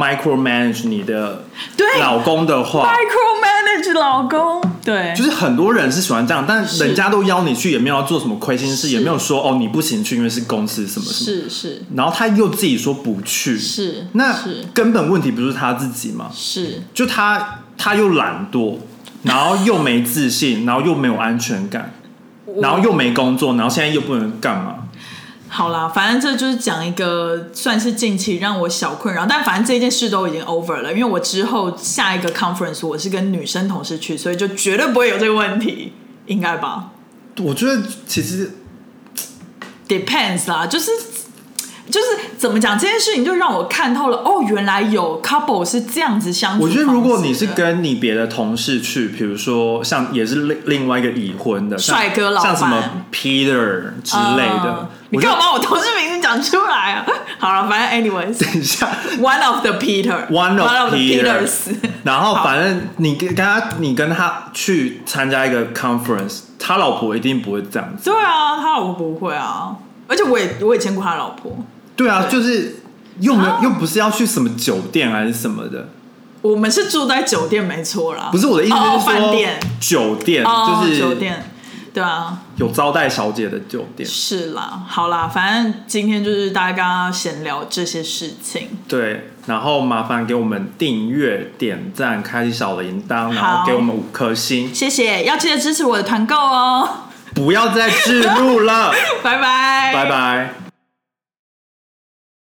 B: micromanage 你的
A: 对
B: 老公的
A: 哎
B: 话。
A: micromanage 老公，对，
B: 就是很多人是喜欢这样，但人家都邀你去，也没有要做什么亏心事，也没有说哦你不行去，因为是公司什么什么。
A: 是是
B: 然后他又自己说不去，
A: 是，
B: 那
A: 是
B: 根本问题不是他自己吗？
A: 是
B: 就他他又懒惰，然后又没自信， 然后又没有安全感，然后又没工作，然后现在又不能干嘛？
A: 好啦，反正这就是讲一个算是近期让我小困扰，但反正这件事都已经 over 了，因为我之后下一个 conference 我是跟女生同事去，所以就绝对不会有这个问题，应该吧
B: 我觉得其实
A: ？Depends 啦，就是就是怎么讲这件事情，就让我看透了哦，原来有 couple 是这样子相处
B: 我
A: 方式
B: 觉
A: 的。
B: 得如果你是跟你别的同事去，比如说像也是另另外一个已婚的像
A: 帅哥老板
B: 像什么 Peter 之类的
A: 嗯，你
B: 我就
A: 干嘛把我同事名字讲出来啊？ 好了，反正 anyways，one
B: 等一下。
A: of the Peter，one
B: One of
A: the
B: Peters
A: Peters，
B: 然后反正你跟跟他，你跟他去参加一个 conference，他老婆一定不会这样 子。
A: 对啊，他老婆不会啊，而且我也我也见过他老婆，
B: 对啊，就是又没
A: 啊
B: 有又不是要去什么酒店还是什么的，
A: 我们是住在酒店没错啦，
B: 不是我的意思
A: 哦哦
B: 就是
A: 饭
B: 说
A: 店，
B: 酒店
A: 哦
B: 就是
A: 酒店，对啊，
B: 有招待小姐的酒店。
A: 是啦，好啦，反正今天就是大家闲聊这些事情，
B: 对，然后麻烦给我们订阅、点赞、开启小铃铛，然后给我们五颗星，
A: 谢谢，要记得支持我的团购哦，
B: 不要再置入了，
A: 拜拜，
B: 拜。拜。